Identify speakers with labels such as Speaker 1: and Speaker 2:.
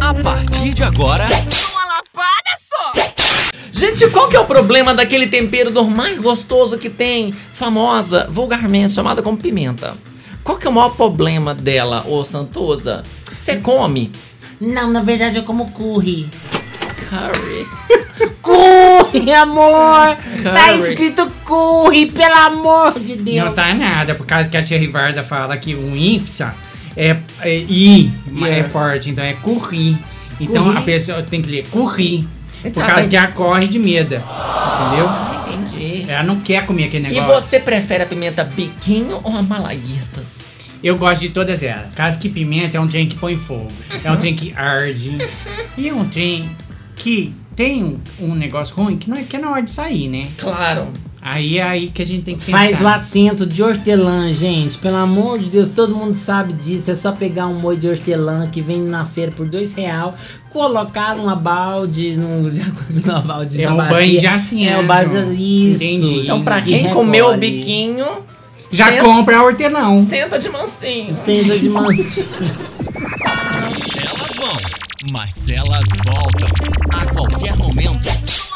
Speaker 1: A partir de agora.
Speaker 2: Uma lapada só!
Speaker 3: Gente, qual que é o problema daquele tempero do mais gostoso que tem, famosa, vulgarmente chamada como pimenta? Qual que é o maior problema dela, ô Santosa? Você come
Speaker 4: Não, na verdade eu como curry.
Speaker 3: curry.
Speaker 4: Curry, amor! Tá
Speaker 3: Curry.
Speaker 4: escrito curry, pelo amor de Deus!
Speaker 5: Não tá nada, por causa que a tia Rivarda fala que o IPSA é, é I, mas é forte, então é curri. Então
Speaker 4: Curri?
Speaker 5: a pessoa tem que ler curri, por
Speaker 3: Tá,
Speaker 5: causa
Speaker 3: tá.
Speaker 5: que ela corre de medo, entendeu?
Speaker 3: Ah, Entendi.
Speaker 5: Ela não quer comer aquele
Speaker 3: E
Speaker 5: negócio.
Speaker 3: você prefere a pimenta biquinho ou a malaguetas?
Speaker 5: Eu gosto de todas elas. Caso que pimenta é um trem que põe fogo, é um trem que arde, e é um trem que tem um, um negócio ruim que, não é, que é na hora de sair, né?
Speaker 3: Claro.
Speaker 5: Aí é aí que a gente tem que pensar.
Speaker 4: Faz o assento de hortelã, gente. Pelo amor de Deus, todo mundo sabe disso. É só pegar um molho de hortelã que vem na feira por dois real, colocar numa balde, num, numa balde
Speaker 5: É
Speaker 4: na
Speaker 5: o
Speaker 4: bacia.
Speaker 5: banho de assento.
Speaker 4: É o banho de isso.
Speaker 5: Entendi.
Speaker 3: Então, pra
Speaker 4: E
Speaker 3: quem comeu o
Speaker 4: recolhe.
Speaker 3: biquinho,
Speaker 5: Já
Speaker 3: senta,
Speaker 5: compra a hortelão.
Speaker 3: senta de mansinho.
Speaker 4: Sendo de mansinho.
Speaker 1: Elas vão, mas elas voltam. A qualquer momento.